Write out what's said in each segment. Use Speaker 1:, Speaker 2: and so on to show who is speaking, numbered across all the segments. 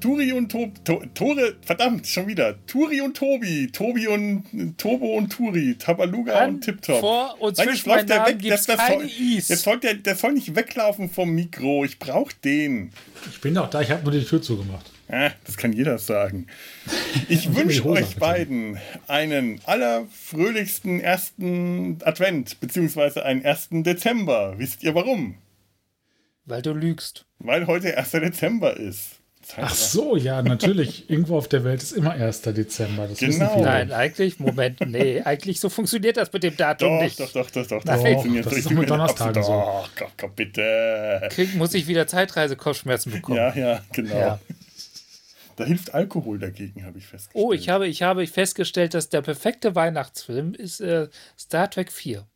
Speaker 1: Turi und Tobi. To Tore, verdammt, schon wieder. Turi und Tobi. Tobi und Tobo und Turi. Tabaluga
Speaker 2: An,
Speaker 1: und Tiptop.
Speaker 2: vor und
Speaker 1: Nein,
Speaker 2: zwischen meinen Namen
Speaker 1: Das,
Speaker 2: gibt's
Speaker 1: das
Speaker 2: keine
Speaker 1: soll,
Speaker 2: Is.
Speaker 1: jetzt soll der, der soll nicht weglaufen vom Mikro. Ich brauch den.
Speaker 3: Ich bin auch da, ich habe nur die Tür zugemacht.
Speaker 1: Ah, das kann jeder sagen. Ich
Speaker 3: mir die
Speaker 1: wünsche
Speaker 3: Hose
Speaker 1: euch
Speaker 3: angezogen.
Speaker 1: beiden einen allerfröhlichsten ersten Advent, beziehungsweise einen ersten Dezember. Wisst ihr warum?
Speaker 2: Weil du lügst.
Speaker 1: Weil heute 1. Dezember ist. Zeit
Speaker 3: Ach so, ja, natürlich. Irgendwo auf der Welt ist immer 1. Dezember. Das wissen
Speaker 1: Genau.
Speaker 3: viele.
Speaker 2: Nein, eigentlich, Moment, nee, eigentlich so funktioniert das mit dem Datum
Speaker 1: Doch,
Speaker 2: nicht.
Speaker 1: doch, doch, doch, doch,
Speaker 3: Nein.
Speaker 1: funktioniert
Speaker 3: Das ist
Speaker 1: richtig
Speaker 3: auch mit
Speaker 1: gut.
Speaker 3: Donnerstagen so.
Speaker 1: Doch, komm, komm, bitte.
Speaker 2: Krieg, muss ich wieder Zeitreisekopfschmerzen bekommen.
Speaker 1: Ja, ja, genau.
Speaker 2: Ja.
Speaker 1: Da hilft Alkohol dagegen, habe ich festgestellt.
Speaker 2: Oh, ich habe, ich habe festgestellt, dass der perfekte Weihnachtsfilm ist äh, Star Trek 4.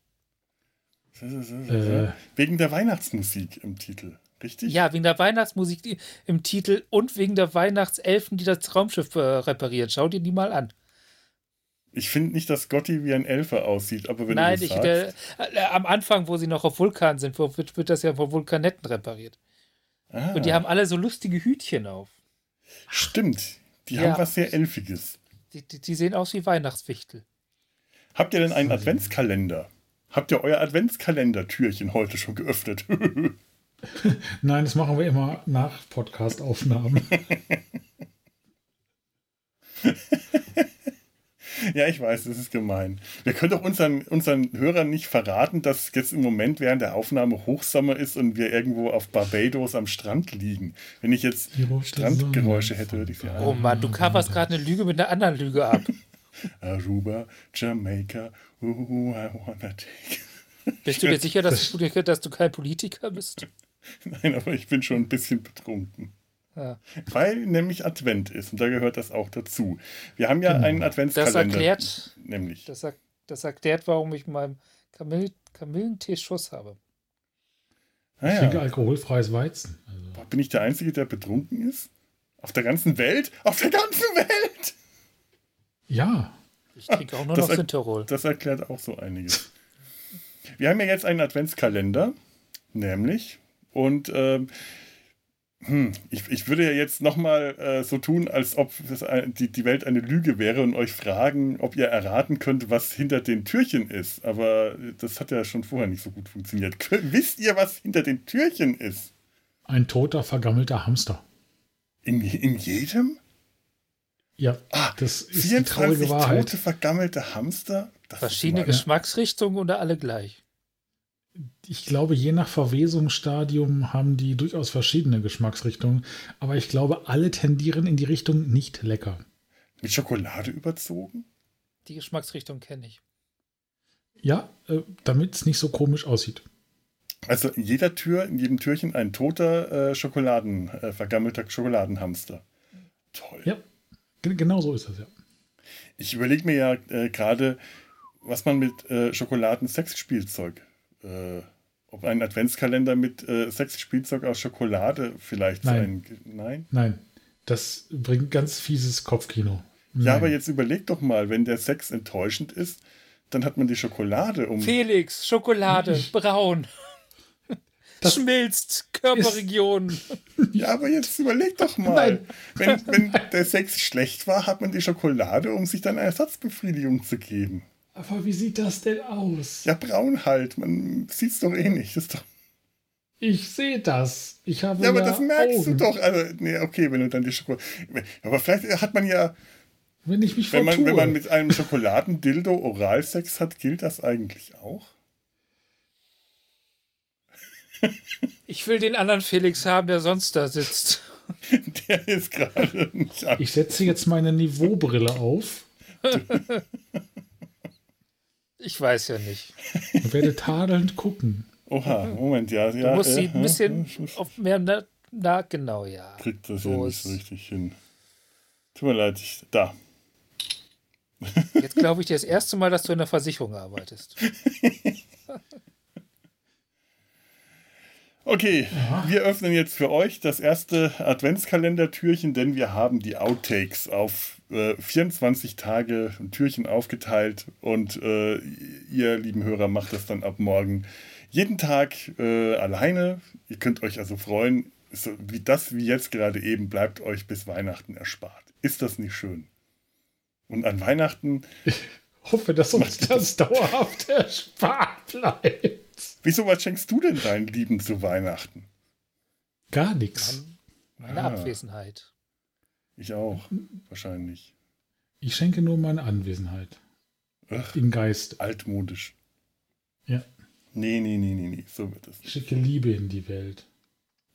Speaker 3: Äh,
Speaker 1: Wegen der Weihnachtsmusik im Titel, richtig?
Speaker 2: Ja, wegen der Weihnachtsmusik die- im Titel und wegen der Weihnachtselfen, die das Raumschiff äh, reparieren. Schau dir die mal an.
Speaker 1: Ich finde nicht, dass Gotti wie ein Elfe aussieht, aber wenn
Speaker 2: Nein,
Speaker 1: du das
Speaker 2: ich,
Speaker 1: sagst,
Speaker 2: der, äh, am Anfang, wo sie noch auf Vulkan sind, wo, wird, wird das ja von Vulkanetten repariert.
Speaker 1: Ah.
Speaker 2: Und die haben alle so lustige Hütchen auf.
Speaker 1: stimmt. Die
Speaker 2: Ja.
Speaker 1: haben was sehr Elfiges.
Speaker 2: Die, die, die sehen aus wie Weihnachtswichtel.
Speaker 1: Habt ihr denn einen Adventskalender? Habt ihr euer Adventskalender-Türchen heute schon geöffnet?
Speaker 3: nein, das machen wir immer nach Podcast-Aufnahmen.
Speaker 1: Ja, ich weiß, das ist gemein. Wir können doch unseren, unseren Hörern nicht verraten, dass jetzt im Moment während der Aufnahme Hochsommer ist und wir irgendwo auf Barbados am Strand liegen. Wenn ich jetzt
Speaker 3: Hier ruft der
Speaker 1: Strandgeräusche
Speaker 3: Sonne
Speaker 1: hätte, würde ich sagen,
Speaker 2: Oh Mann, du coverst gerade eine Lüge mit einer anderen Lüge ab.
Speaker 1: Aruba, Jamaica, ooh, I wanna take.
Speaker 2: Bist du dir sicher, dass du, dass du kein Politiker bist?
Speaker 1: Nein, aber ich bin schon ein bisschen betrunken.
Speaker 2: Ja.
Speaker 1: Weil nämlich Advent ist und da gehört das auch dazu. Wir haben ja einen Adventskalender.
Speaker 2: erklärt-
Speaker 1: Nämlich.
Speaker 2: Das, er- das erklärt, warum ich in meinem Kamillen, Kamillentee Schuss habe.
Speaker 3: Ich
Speaker 1: Ah,
Speaker 3: trinke
Speaker 1: ja.
Speaker 3: alkoholfreies Weizen. Also,
Speaker 1: Bin ich der Einzige, der betrunken ist? Auf der ganzen Welt? Auf der ganzen Welt!
Speaker 3: ja,
Speaker 2: Ich trinke auch nur
Speaker 1: Das
Speaker 2: noch
Speaker 1: er-
Speaker 2: Sinterol.
Speaker 1: Das erklärt auch so einiges. Wir haben ja jetzt einen Adventskalender, nämlich. Und ähm, hm, ich, ich würde ja jetzt nochmal äh, so tun, als ob das, ein- die, die Welt eine Lüge wäre und euch fragen, ob ihr erraten könnt, was hinter den Türchen ist. Aber das hat ja schon vorher nicht so gut funktioniert. Wisst ihr, was hinter den Türchen ist?
Speaker 3: ein toter, vergammelter Hamster.
Speaker 1: In, in jedem?
Speaker 3: Ja,
Speaker 1: Ah,
Speaker 3: das ist die
Speaker 1: 24
Speaker 3: traurige Wahrheit.
Speaker 1: tote, vergammelte Hamster? Das ist
Speaker 2: Verschiedene
Speaker 1: mal-
Speaker 2: Geschmacksrichtungen oder alle gleich?
Speaker 3: Ich glaube, je nach Verwesungsstadium haben die durchaus verschiedene Geschmacksrichtungen, aber ich glaube, alle tendieren in die Richtung nicht lecker.
Speaker 1: Mit Schokolade überzogen?
Speaker 2: Die Geschmacksrichtung kenne ich.
Speaker 3: Ja, äh, damit es nicht so komisch aussieht.
Speaker 1: Also in jeder Tür, in jedem Türchen ein toter äh, Schokoladen, äh, vergammelter Schokoladenhamster. Toll.
Speaker 3: Ja, ge- genau so ist das ja.
Speaker 1: Ich überlege mir ja äh, gerade, was man mit äh, Schokoladen-Sexspielzeug, äh, ob ein Adventskalender mit äh, Sexspielzeug aus Schokolade vielleicht
Speaker 3: Nein.
Speaker 1: sein. Nein?
Speaker 3: Nein, das bringt ganz fieses Kopfkino.
Speaker 1: Ja,
Speaker 3: Nein.
Speaker 1: aber jetzt überleg doch mal, wenn der Sex enttäuschend ist, dann hat man die Schokolade um.
Speaker 2: Felix, Schokolade, braun.
Speaker 3: Das-
Speaker 2: Schmilzt, Körperregionen.
Speaker 1: Ja, aber jetzt überleg doch mal.
Speaker 3: Nein.
Speaker 1: Wenn, wenn der Sex schlecht war, hat man die Schokolade, um sich dann eine Ersatzbefriedigung zu geben.
Speaker 3: aber wie sieht das denn aus?
Speaker 1: Ja, braun halt. Man sieht's doch eh nicht. Das ist doch,
Speaker 3: Ich sehe das. Ich habe
Speaker 1: ja, aber das merkst
Speaker 3: Augen.
Speaker 1: du doch. Also, nee, okay, wenn du dann die Schokolade. Aber vielleicht hat man ja,
Speaker 3: Wenn ich mich
Speaker 1: wenn man,
Speaker 3: vertue.
Speaker 1: wenn man mit einem Schokoladendildo Oralsex hat, gilt das eigentlich auch?
Speaker 2: Ich will den anderen Felix haben, der sonst da sitzt.
Speaker 1: Der ist gerade nicht an.
Speaker 3: ich setze jetzt meine Niveaubrille auf
Speaker 2: Ich weiß ja nicht.
Speaker 3: und werde tadelnd gucken.
Speaker 1: Oha, Moment, ja.
Speaker 2: Du
Speaker 1: ja
Speaker 2: musst sie ein bisschen
Speaker 1: Ich muss-
Speaker 2: auf mehr. Na, na genau, ja.
Speaker 1: krieg das ja
Speaker 2: So
Speaker 1: nicht so
Speaker 2: ist-
Speaker 1: richtig hin. Tut mir leid, ich, da.
Speaker 2: Jetzt glaube ich dir das erste Mal, dass du in der Versicherung arbeitest.
Speaker 1: Okay, wir öffnen jetzt für euch das erste Adventskalender-Türchen, denn wir haben die Outtakes auf äh, 24 Tage und Türchen aufgeteilt und äh, ihr, lieben Hörer, macht das dann ab morgen jeden Tag äh, alleine. Ihr könnt euch also freuen, so wie das wie jetzt gerade eben bleibt euch bis Weihnachten erspart. Ist das nicht schön? Und an Weihnachten,
Speaker 3: Hoffe, dass uns das dauerhaft erspart bleibt.
Speaker 1: wieso was schenkst du denn deinen Lieben zu Weihnachten?
Speaker 3: Gar nichts.
Speaker 2: Meine
Speaker 1: Ah.
Speaker 2: Abwesenheit.
Speaker 1: Ich auch, wahrscheinlich.
Speaker 3: Ich schenke nur meine Anwesenheit.
Speaker 1: Ach.
Speaker 3: Im Geist.
Speaker 1: Altmodisch.
Speaker 3: Ja.
Speaker 1: Nee, nee, nee, nee, nee, so wird das.
Speaker 3: Ich schicke Liebe in die Welt.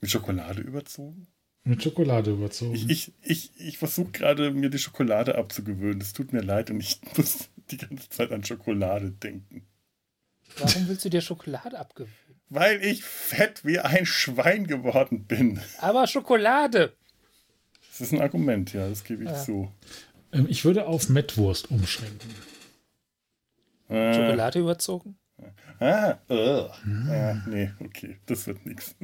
Speaker 1: Mit Schokolade überzogen?
Speaker 3: Mit Schokolade überzogen.
Speaker 1: Ich, ich, ich, ich versuche gerade, mir die Schokolade abzugewöhnen. Es tut mir leid und ich muss die ganze Zeit an Schokolade denken.
Speaker 2: Warum willst du dir Schokolade abgewöhnen?
Speaker 1: Weil ich fett wie ein Schwein geworden bin.
Speaker 2: Aber Schokolade!
Speaker 1: Das ist ein Argument, ja, das gebe ich
Speaker 2: Ja.
Speaker 1: zu.
Speaker 3: Ähm, ich würde auf Mettwurst umschränken.
Speaker 1: Äh,
Speaker 2: Schokolade überzogen?
Speaker 1: ah, äh, ah, nee, okay, das wird nichts.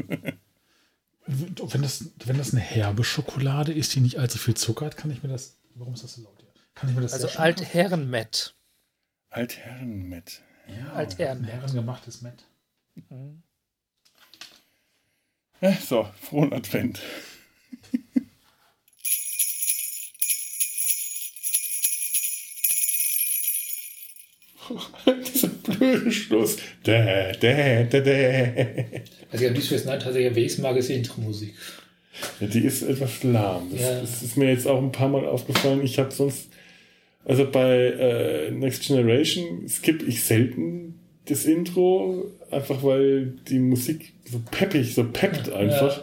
Speaker 3: Wenn das, wenn das eine herbe Schokolade ist, die nicht allzu viel Zucker hat, kann ich mir das. Warum ist das so laut hier? Kann ich mir das
Speaker 2: Also
Speaker 3: sehr schmackhaft-
Speaker 2: Altherren-Matt.
Speaker 1: Altherren-Met.
Speaker 3: ja,
Speaker 2: Altherren.
Speaker 3: ein herrengemachtes Mett.
Speaker 2: Mhm.
Speaker 1: Äh, So, frohen Advent. Dieser blöde Schluss. Dä, dä, dä, dä.
Speaker 4: Also ich habe dieses Night hatte ich ja wenigstens mal gesehen, die Musik.
Speaker 1: Ja, Die ist etwas lahm. Das,
Speaker 4: Ja.
Speaker 1: das ist mir jetzt auch ein paar Mal aufgefallen. Ich habe sonst, also bei äh, Next Generation skippe ich selten das Intro, einfach weil die Musik so peppig, so peppt einfach.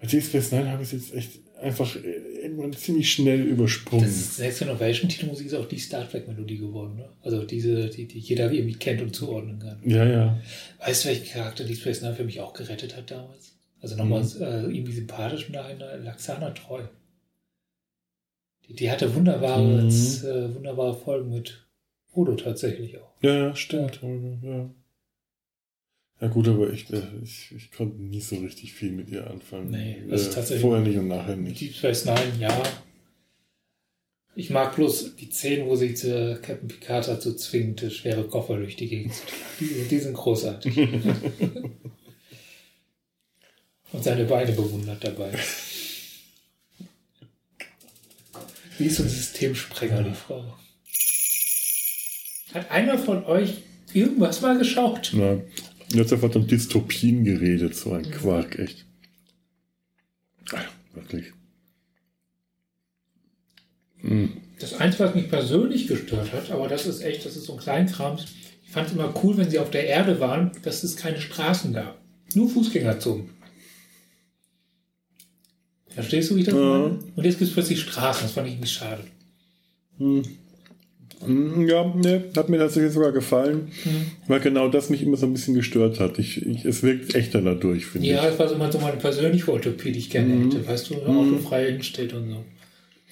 Speaker 1: Bei DSPS 9 habe ich es jetzt echt einfach äh, irgendwann ziemlich schnell übersprungen.
Speaker 4: Das ist Next Generation Titelmusik ist auch die Star Trek Melodie geworden, ne? Also diese, die, die jeder irgendwie kennt und zuordnen kann.
Speaker 1: ja, ja.
Speaker 4: Weißt du, welchen Charakter Deep Space Nine für mich auch gerettet hat damals? Also nochmal äh, irgendwie sympathisch im Nachhinein, Laxana Treu. Die, die hatte wunderbare,
Speaker 1: Mhm.
Speaker 4: äh, wunderbare Folgen mit Odo tatsächlich auch.
Speaker 1: Ja, ja, stimmt. Ja. Ja. ja gut, aber ich, äh, ich, ich konnte nie so richtig viel mit ihr anfangen.
Speaker 4: Nee,
Speaker 1: äh,
Speaker 4: das ist tatsächlich-
Speaker 1: vorher nicht und nachher nicht.
Speaker 4: Deep Space Nine, ja. Ich mag bloß die Szenen, wo sie zu Captain Picard dazu zwingt, äh, schwere Koffer durch die Gegend zu tragen. Die, die sind großartig. Und seine Beine bewundert dabei. Die ist so ein Systemsprenger, die Frau. Hat einer von euch irgendwas mal geschaut?
Speaker 1: Ja. Jetzt einfach von Dystopien geredet, so ein Quark, echt. Ah, Wirklich. Hm.
Speaker 4: Das Einzige, was mich persönlich gestört hat, aber das ist echt, das ist so ein Kleinkram. Ich fand es immer cool, wenn sie auf der Erde waren, dass es keine Straßen gab. Nur Fußgängerzonen. Verstehst du, wie ich das
Speaker 1: Ja.
Speaker 4: meine? Und jetzt gibt es plötzlich Straßen. Das fand ich nicht schade.
Speaker 1: Hm, Ja, ne, hat mir tatsächlich sogar gefallen, weil genau das mich immer so ein bisschen gestört hat. Ich, ich, es wirkt echter dadurch, finde
Speaker 4: Ja,
Speaker 1: ich.
Speaker 4: das war so meine, so meine persönliche Utopie, die ich gerne hätte. Weißt du, autofrei entsteht und so.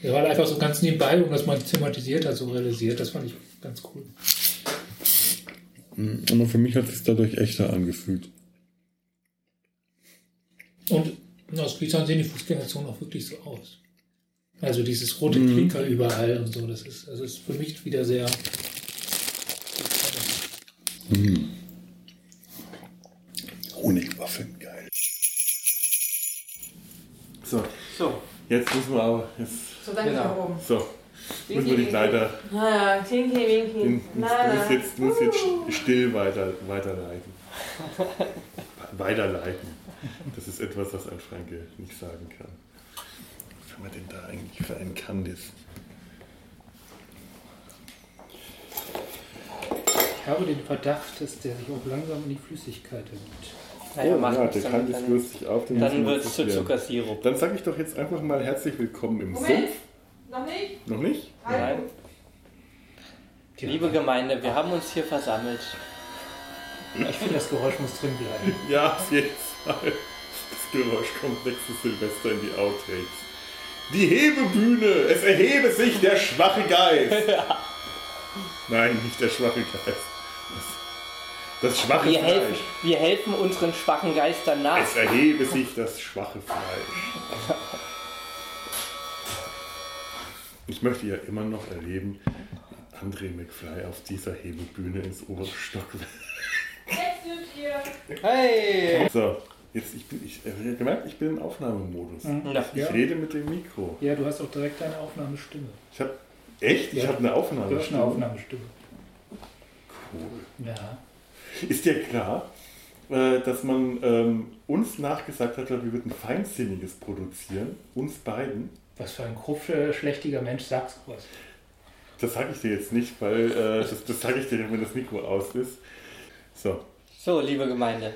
Speaker 4: Das war einfach so ganz nebenbei, um das mal thematisiert hat, so realisiert. Das fand ich ganz cool.
Speaker 1: Hm, Aber für mich hat es sich dadurch echter angefühlt.
Speaker 4: Und aus Glitzern sehen die Fußgängerzonen auch wirklich so aus. Also dieses rote Klinker überall und so, das ist, das ist für mich wieder sehr.
Speaker 1: Honigwaffeln, geil. So. Jetzt müssen wir aber. Jetzt,
Speaker 5: So, dann genau. nach oben.
Speaker 1: so. Müssen wir die Kleider.
Speaker 5: Ah, Klinki, Winki.
Speaker 1: Den,
Speaker 5: Na,
Speaker 1: muss
Speaker 5: na.
Speaker 1: jetzt, muss jetzt still weiter, weiterleiten. weiterleiten. Das ist etwas, was ein Franke nicht sagen kann. Was haben wir denn da eigentlich für einen Candice?
Speaker 6: Ich habe den Verdacht, dass der sich auch langsam in die Flüssigkeit ergibt.
Speaker 7: Naja,
Speaker 1: oh,
Speaker 7: mach
Speaker 1: ja,
Speaker 7: das
Speaker 1: der
Speaker 7: dann,
Speaker 1: Candice
Speaker 7: dann,
Speaker 1: löst sich auf. Den müssen
Speaker 7: dann
Speaker 1: wir
Speaker 7: wird es
Speaker 1: jetzt
Speaker 7: zu
Speaker 1: erklären.
Speaker 7: Zuckersirup.
Speaker 1: Dann sage ich doch jetzt einfach mal herzlich willkommen im
Speaker 5: Moment,
Speaker 1: Sumpf.
Speaker 5: noch nicht?
Speaker 1: Noch nicht?
Speaker 7: Nein. Liebe Gemeinde, wir haben uns hier versammelt.
Speaker 6: Ich finde, das Geräusch muss drin bleiben.
Speaker 1: Ja, auf jeden Fall. Das Geräusch kommt nächstes Silvester in die Outtakes. Die Hebebühne! Es erhebe sich der schwache Geist! Nein, nicht der schwache Geist. Das, das schwache
Speaker 7: Wir helfen,
Speaker 1: Fleisch.
Speaker 7: wir helfen unseren schwachen Geistern nach.
Speaker 1: Es erhebe sich das schwache Fleisch. Ich möchte ja immer noch erleben, wie André McFly auf dieser Hebebühne ins obere Stockwerk.
Speaker 5: Jetzt dürft ihr.
Speaker 7: Hey!
Speaker 1: So, Jetzt, ich bin, ich, äh, gemerkt, ich bin im Aufnahmemodus.
Speaker 7: Ja.
Speaker 1: Ich rede mit dem Mikro.
Speaker 6: Mhm. Ja, du hast auch direkt deine Aufnahmestimme.
Speaker 1: Ich habe echt, ich
Speaker 6: Ja.
Speaker 1: habe eine Aufnahme.
Speaker 6: Du hast eine Aufnahmestimme.
Speaker 1: Cool.
Speaker 6: Ja.
Speaker 1: Ist dir klar, äh, dass man ähm, uns nachgesagt hat, wir würden Feinsinniges produzieren, uns beiden?
Speaker 6: Was für ein krupfer, schlechtiger Mensch sagst du was?
Speaker 1: Das sage ich dir jetzt nicht, weil äh, das, das sage ich dir, wenn das Mikro aus ist. So,
Speaker 7: So, liebe Gemeinde.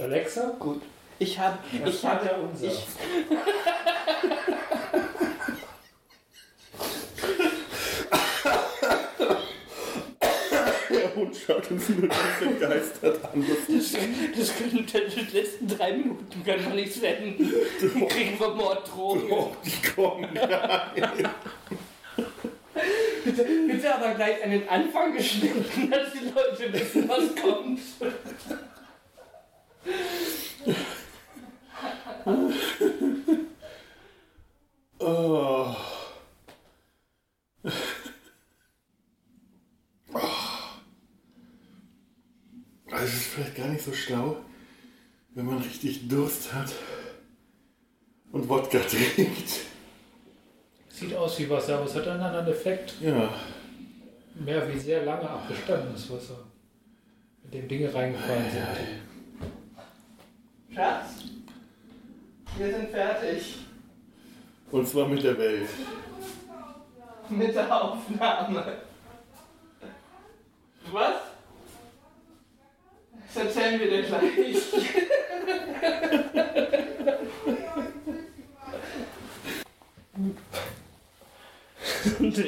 Speaker 6: Alexa?
Speaker 7: Gut. Ich habe.
Speaker 6: Was
Speaker 7: Ich
Speaker 6: hat
Speaker 7: habe.
Speaker 6: er unser?
Speaker 7: Ich,
Speaker 1: der Hund schaut uns nur ganz begeistert an.
Speaker 7: das, das können wir in den letzten drei Minuten können wir nichts retten. Dann kriegen wir Morddrohungen.
Speaker 1: die kommen.
Speaker 7: Bitte, bitte aber gleich an den Anfang geschnitten, dass die Leute wissen, was kommt.
Speaker 1: Oh. Also es ist vielleicht gar nicht so schlau, wenn man richtig Durst hat und Wodka trinkt.
Speaker 6: Sieht aus wie Wasser, aber es hat einen anderen Effekt.
Speaker 1: Ja,
Speaker 6: Mehr wie sehr lange abgestandenes Wasser. Mit dem Dinge reingefallen sind.
Speaker 5: Schatz, wir sind fertig
Speaker 1: und zwar mit der Welt.
Speaker 5: mit der Aufnahme. Was? Das erzählen wir dir gleich.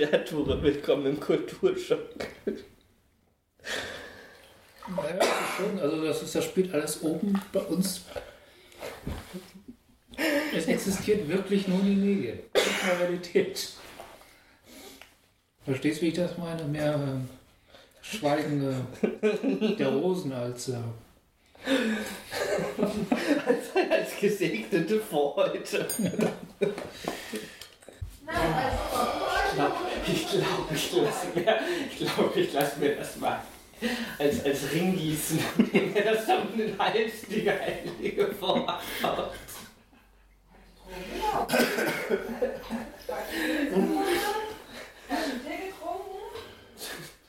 Speaker 7: Ja, Ture, willkommen im Kulturschock.
Speaker 6: Naja, schon. Also das, ist, das spielt alles oben bei uns. Es existiert wirklich nur die Nähe. Das ist eine Realität. Verstehst du, wie ich das meine? Mehr äh, Schweigen äh, der Rosen als... Äh,
Speaker 7: Als gesegnete vor heute.
Speaker 5: also,
Speaker 7: Ich glaube, ich lasse mir, ich glaube, ich lasse mir das mal als, als Ring gießen und nehme mir das dann in den Hals, die heilige Vorhaut.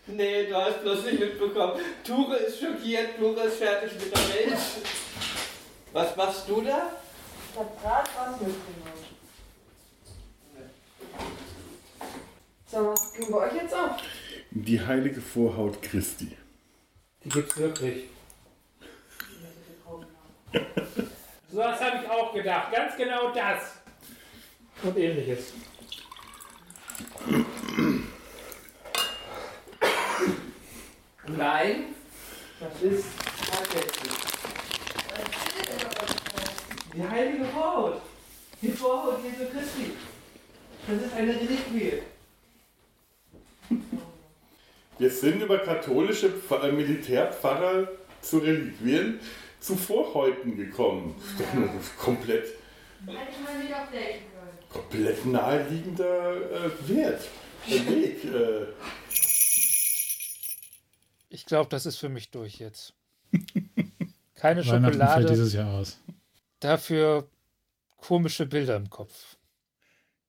Speaker 7: Nee, du hast bloß nicht mitbekommen. Ture ist schockiert, Ture ist fertig mit der Welt. Was machst du da?
Speaker 5: Ich hab grad was mitgenommen. So, was ging bei euch jetzt ab?
Speaker 1: Die heilige Vorhaut Christi.
Speaker 6: Die gibt's wirklich. So was habe ich auch gedacht. Ganz genau das. Und ähnliches.
Speaker 7: Nein.
Speaker 5: Das ist tatsächlich. Die heilige Vorhaut. Die Vorhaut Jesu Christi. Das ist eine Reliquie.
Speaker 1: Wir sind über katholische Pf- äh, Militärpfarrer zu Reliquien zu Vorhäuten gekommen. Komplett,
Speaker 5: Hätte ich mal nicht abdecken können.
Speaker 1: komplett naheliegender äh, Wert. Äh, Weg. Äh.
Speaker 2: Ich glaube, das ist für mich durch jetzt. Keine
Speaker 3: Weihnachten fällt
Speaker 2: Schokolade,
Speaker 3: dieses Jahr aus.
Speaker 2: dafür komische Bilder im Kopf.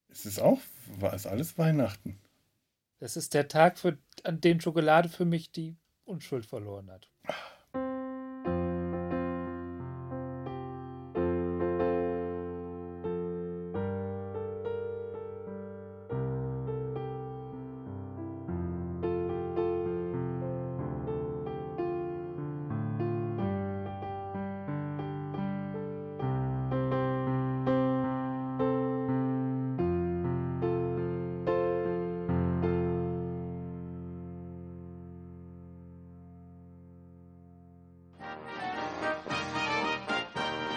Speaker 1: Es ist auch, war es alles Weihnachten.
Speaker 2: Das ist der Tag, für, an dem Schokolade für mich die Unschuld verloren hat.